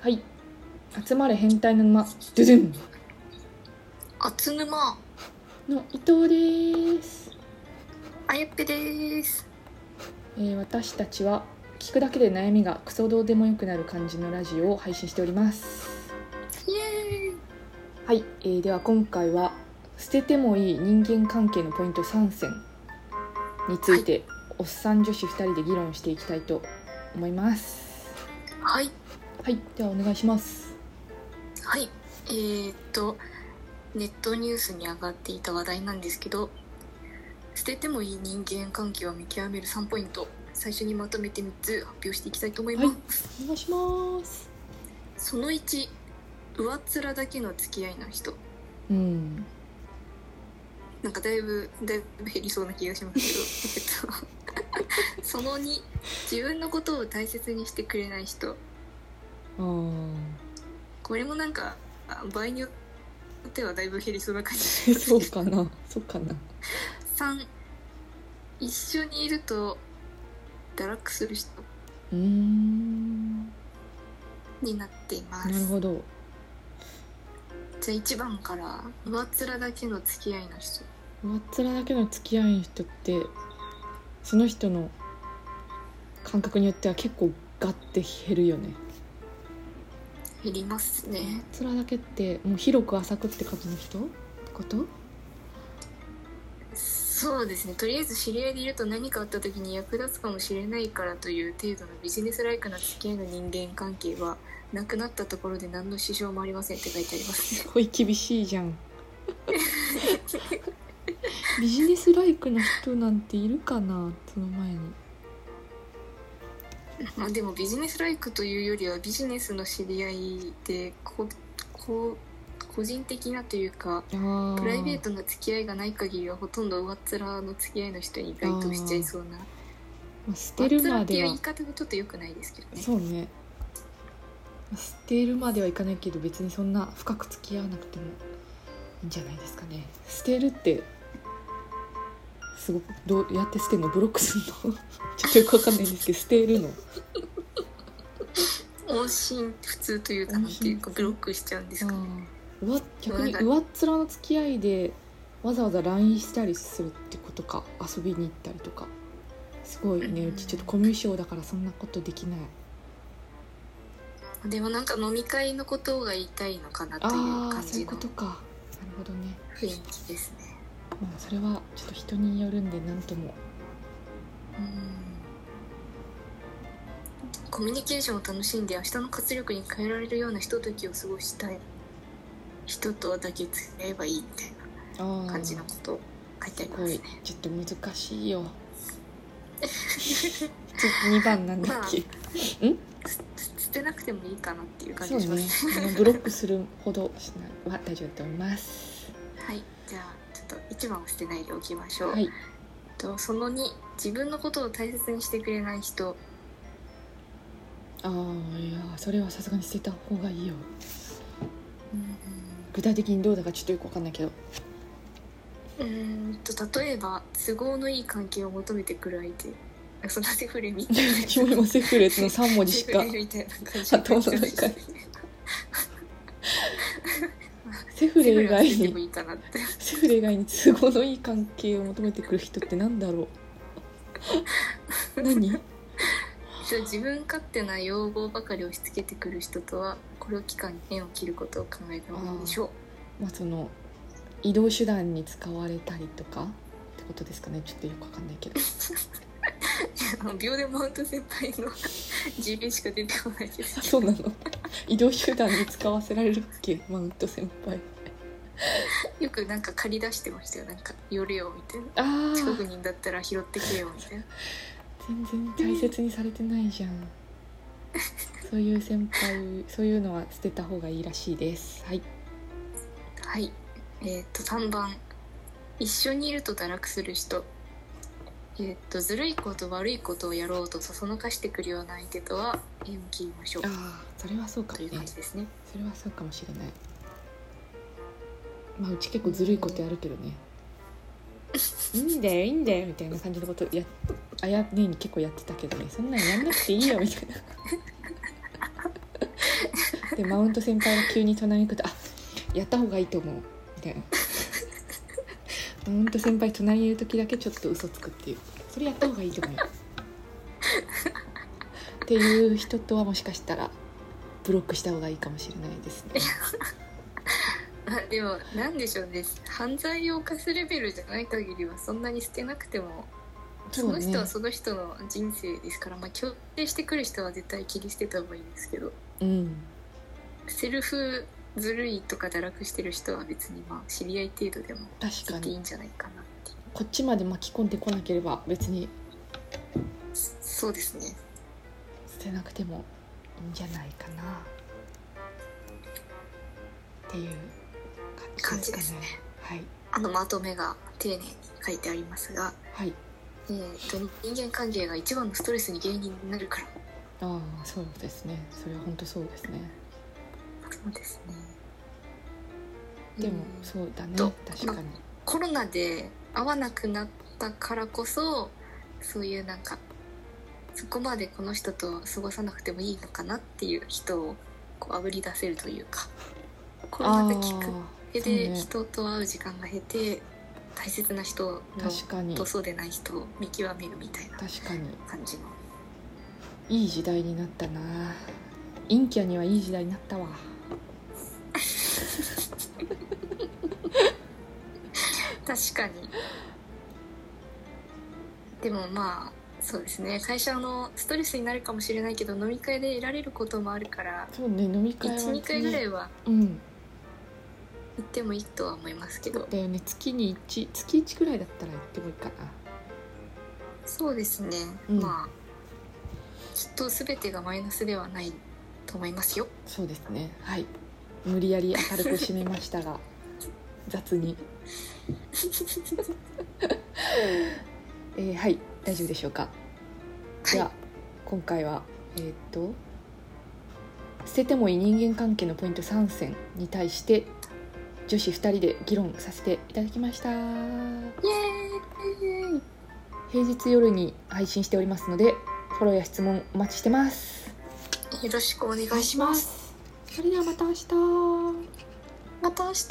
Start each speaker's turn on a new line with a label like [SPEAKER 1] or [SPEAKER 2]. [SPEAKER 1] はい集まれ変態の沼ドゥドゥン
[SPEAKER 2] あつぬま
[SPEAKER 1] の伊藤です、
[SPEAKER 2] あゆっぺです
[SPEAKER 1] えー私たちは聞くだけで悩みがクソどうでもよくなる感じのラジオを配信しております
[SPEAKER 2] イエーイ
[SPEAKER 1] はい、えーでは今回は捨ててもいい人間関係のポイント3選について、おっさん女子2人で議論していきたいと思います
[SPEAKER 2] はい
[SPEAKER 1] はいではお願いします
[SPEAKER 2] はいえー、っとネットニュースに上がっていた話題なんですけど捨ててもいい人間関係を見極める3ポイント最初にまとめて3つ発表していきたいと思います、
[SPEAKER 1] はいお願いします
[SPEAKER 2] その1上っ面だけの付き合いの人
[SPEAKER 1] うん
[SPEAKER 2] なんかだいぶだいぶ減りそうな気がしますけどえっと その2自分のことを大切にしてくれない人
[SPEAKER 1] あー
[SPEAKER 2] これもなんかあ場合によってはだいぶ減りそうな感じ
[SPEAKER 1] そうかなそうかな
[SPEAKER 2] 3一緒にいると堕落する人
[SPEAKER 1] うーんな
[SPEAKER 2] になっています
[SPEAKER 1] るほど
[SPEAKER 2] じゃあ1番から上っ面だけの付き合いの人
[SPEAKER 1] 上っ面だけの付き合いの人ってその人の感覚によっては結構ガッて減るよね
[SPEAKER 2] 減りますね
[SPEAKER 1] 上っ面だけってもう広く浅くってことの人ってこと
[SPEAKER 2] そうですねとりあえず知り合いでいると何かあった時に役立つかもしれないからという程度のビジネスライクな付き合いの人間関係はなくなったところで何の支障もありませんって書いてあります ね
[SPEAKER 1] すごい厳しいじゃんビジネスライクな人なんているかなその前に
[SPEAKER 2] まあでもビジネスライクというよりはビジネスの知り合いでここ個人的なというか
[SPEAKER 1] あー
[SPEAKER 2] プライベートな付き合いがない限りはほとんど上っ面の付き合いの人に該当しちゃいそうな
[SPEAKER 1] まあ捨
[SPEAKER 2] 上
[SPEAKER 1] て
[SPEAKER 2] っ
[SPEAKER 1] る
[SPEAKER 2] 面
[SPEAKER 1] ま
[SPEAKER 2] ってい
[SPEAKER 1] で
[SPEAKER 2] う
[SPEAKER 1] は
[SPEAKER 2] 言い方がちょっと良くないですけどね
[SPEAKER 1] そうね捨てるまではいかないけど別にそんな深く付き合わなくてもいいんじゃないですかね捨てるってすごくどうやって捨てるのブロックするのちょっとよくわかんないんですけど捨てるの
[SPEAKER 2] 音信不通というかなんていうか
[SPEAKER 1] 音信不通
[SPEAKER 2] ブロックしちゃうんですかね
[SPEAKER 1] うわ逆に上っ面の付き合いでわざわざ LINE したりするってことか遊びに行ったりとかすごいねうちちょっとコミュ障だからそんなことできない
[SPEAKER 2] でもなんか飲み会のことが言いたいのかなという
[SPEAKER 1] ああ
[SPEAKER 2] 感
[SPEAKER 1] そうい
[SPEAKER 2] じ
[SPEAKER 1] うこ
[SPEAKER 2] の
[SPEAKER 1] とかなるほどね
[SPEAKER 2] 雰囲気ですね
[SPEAKER 1] まあそれはちょっと人によるんで何とも
[SPEAKER 2] うんコミュニケーションを楽しんで明日の活力に変えられるようなひとときを過ごしたい人とだけ付き合えばいいみたい
[SPEAKER 1] あ
[SPEAKER 2] な
[SPEAKER 1] あ
[SPEAKER 2] 感じのことを書いてあります
[SPEAKER 1] ご
[SPEAKER 2] ね
[SPEAKER 1] いちょっと難し いよちょっと2番なんだっけ、
[SPEAKER 2] 捨てなくてもいいかなっていう感
[SPEAKER 1] そ
[SPEAKER 2] じ
[SPEAKER 1] う
[SPEAKER 2] がします
[SPEAKER 1] ねあのブロックするほどしないは大丈夫だと思います
[SPEAKER 2] はいじゃあちょっと1番を捨てないでおきましょう、
[SPEAKER 1] はい
[SPEAKER 2] とその2自分のことを大切にしてくれない人
[SPEAKER 1] ああいやーそれはさすがに捨てた方がいいよ具体的にどうだかちょっとよくわかんないけど
[SPEAKER 2] うーんと例えば都合のいい関係を求めてくる相手そんなセフレみたい な
[SPEAKER 1] キモリモセフレの3文字し
[SPEAKER 2] セフ
[SPEAKER 1] か
[SPEAKER 2] レみたいな感じ
[SPEAKER 1] 頭の中にセフレ以外
[SPEAKER 2] セフレは捨てても
[SPEAKER 1] に
[SPEAKER 2] いいかなって
[SPEAKER 1] セフレ以外に都合のいい関係を求めてくる人ってなんだろ う何
[SPEAKER 2] そう自分勝手な要望ばかり押し付けてくる人とはこれを機会に縁を切ることを考えてもいいでしょう
[SPEAKER 1] まあ、その移動手段に使われたりとかってことですかねちょっとよくわかんないけど
[SPEAKER 2] あの秒でマウント先輩の GB しか出てこないです
[SPEAKER 1] あ
[SPEAKER 2] け
[SPEAKER 1] そうなの 移動手段に使わせられるっけマウント先輩
[SPEAKER 2] どよくなんか借り出してましたよなんか寄れよみたいな
[SPEAKER 1] あ
[SPEAKER 2] 近く
[SPEAKER 1] あ
[SPEAKER 2] にいんだったら拾ってくれよみたいな
[SPEAKER 1] 全然大切にされてないじゃんそういう先輩そういうのは捨てた方がいいらしいですはい
[SPEAKER 2] はい。えーっ、と、3番。一緒にいると堕落する人。えーっ、と、ずるいこと悪いことをやろうとそそのかしてくるような相手とは縁を切りましょう
[SPEAKER 1] あ。あそれはそうか
[SPEAKER 2] と
[SPEAKER 1] も
[SPEAKER 2] い
[SPEAKER 1] ね
[SPEAKER 2] う感じですね。
[SPEAKER 1] それはそうかもしれないまあうち結構ずるいことやるけどねいいんだよいいんだよみたいな感じのことやあやねえに結構やってたけどねそんなんやんなくていいよみたいなでマウント先輩が急に唱えに来たあやった方がいいと思う」みたいなマウント先輩隣にいる時だけちょっと嘘つくっていうそれやった方がいいと思うっていう人とはもしかしたらブロックした方がいいかもしれないです ね
[SPEAKER 2] あでもなんでしょうね犯罪を犯すレベルじゃない限りはそんなに捨てなくてもそ
[SPEAKER 1] そう
[SPEAKER 2] の
[SPEAKER 1] ね
[SPEAKER 2] 人はその人の人生ですから、まあ協定してくる人は絶対切り捨てた方がいいんですけど
[SPEAKER 1] うん
[SPEAKER 2] セルフずるいとか堕落してる人は別にまあ知り合い程度でも
[SPEAKER 1] 確
[SPEAKER 2] 切
[SPEAKER 1] か
[SPEAKER 2] っていい
[SPEAKER 1] に
[SPEAKER 2] んじゃないかなっていう
[SPEAKER 1] こっちまで巻き込んでこなければ別に
[SPEAKER 2] そうですね
[SPEAKER 1] 捨てなくてもいいんじゃないかなっていう感じですかね
[SPEAKER 2] 感じですね
[SPEAKER 1] はい
[SPEAKER 2] あのまとめが丁寧に書いてありますが、
[SPEAKER 1] はい
[SPEAKER 2] えー、と人間関係が一番のストレスに原因になるから
[SPEAKER 1] ああそうですねそれは本当そうですね
[SPEAKER 2] そうですね
[SPEAKER 1] でも
[SPEAKER 2] うん
[SPEAKER 1] そうだね
[SPEAKER 2] と
[SPEAKER 1] 確かに
[SPEAKER 2] コロナで会わなくなったからこそそういうなんかそこまでこの人と過ごさなくてもいいのかなっていう人をこうあぶり出せるというかコロ
[SPEAKER 1] あ
[SPEAKER 2] ナ
[SPEAKER 1] あ
[SPEAKER 2] できっかけ
[SPEAKER 1] そう
[SPEAKER 2] で
[SPEAKER 1] ね
[SPEAKER 2] 人と会う時間が減って大切な人の
[SPEAKER 1] 確かに
[SPEAKER 2] とそうでない人を見極めるみたいな
[SPEAKER 1] 確かに
[SPEAKER 2] 感じの
[SPEAKER 1] いい時代になったな陰キャにはいい時代になったわ
[SPEAKER 2] 確かにでもまあそうですね会社のストレスになるかもしれないけど飲み会で得られることもあるから
[SPEAKER 1] そうね飲み会は
[SPEAKER 2] 12回ぐら
[SPEAKER 1] い
[SPEAKER 2] いは
[SPEAKER 1] うん
[SPEAKER 2] 行ってもいいとは思いますけど
[SPEAKER 1] だよね月に1月1ぐらいだったら行ってもいいかな
[SPEAKER 2] そうですね、
[SPEAKER 1] うん
[SPEAKER 2] まあきっと全てがマイナスではないと思いま すよ
[SPEAKER 1] そうですねはい無理やり明るく締めましたが 雑に、えーはい大丈夫でしょうかでは、今回はえーっと捨ててもいい人間関係のポイント3選に対して女子2人で議論させていただきました
[SPEAKER 2] イエーイ
[SPEAKER 1] 平日夜に配信しておりますのでフォローや質問お待ちしてます
[SPEAKER 2] よろしくお願いします
[SPEAKER 1] それではまた明日
[SPEAKER 2] また明日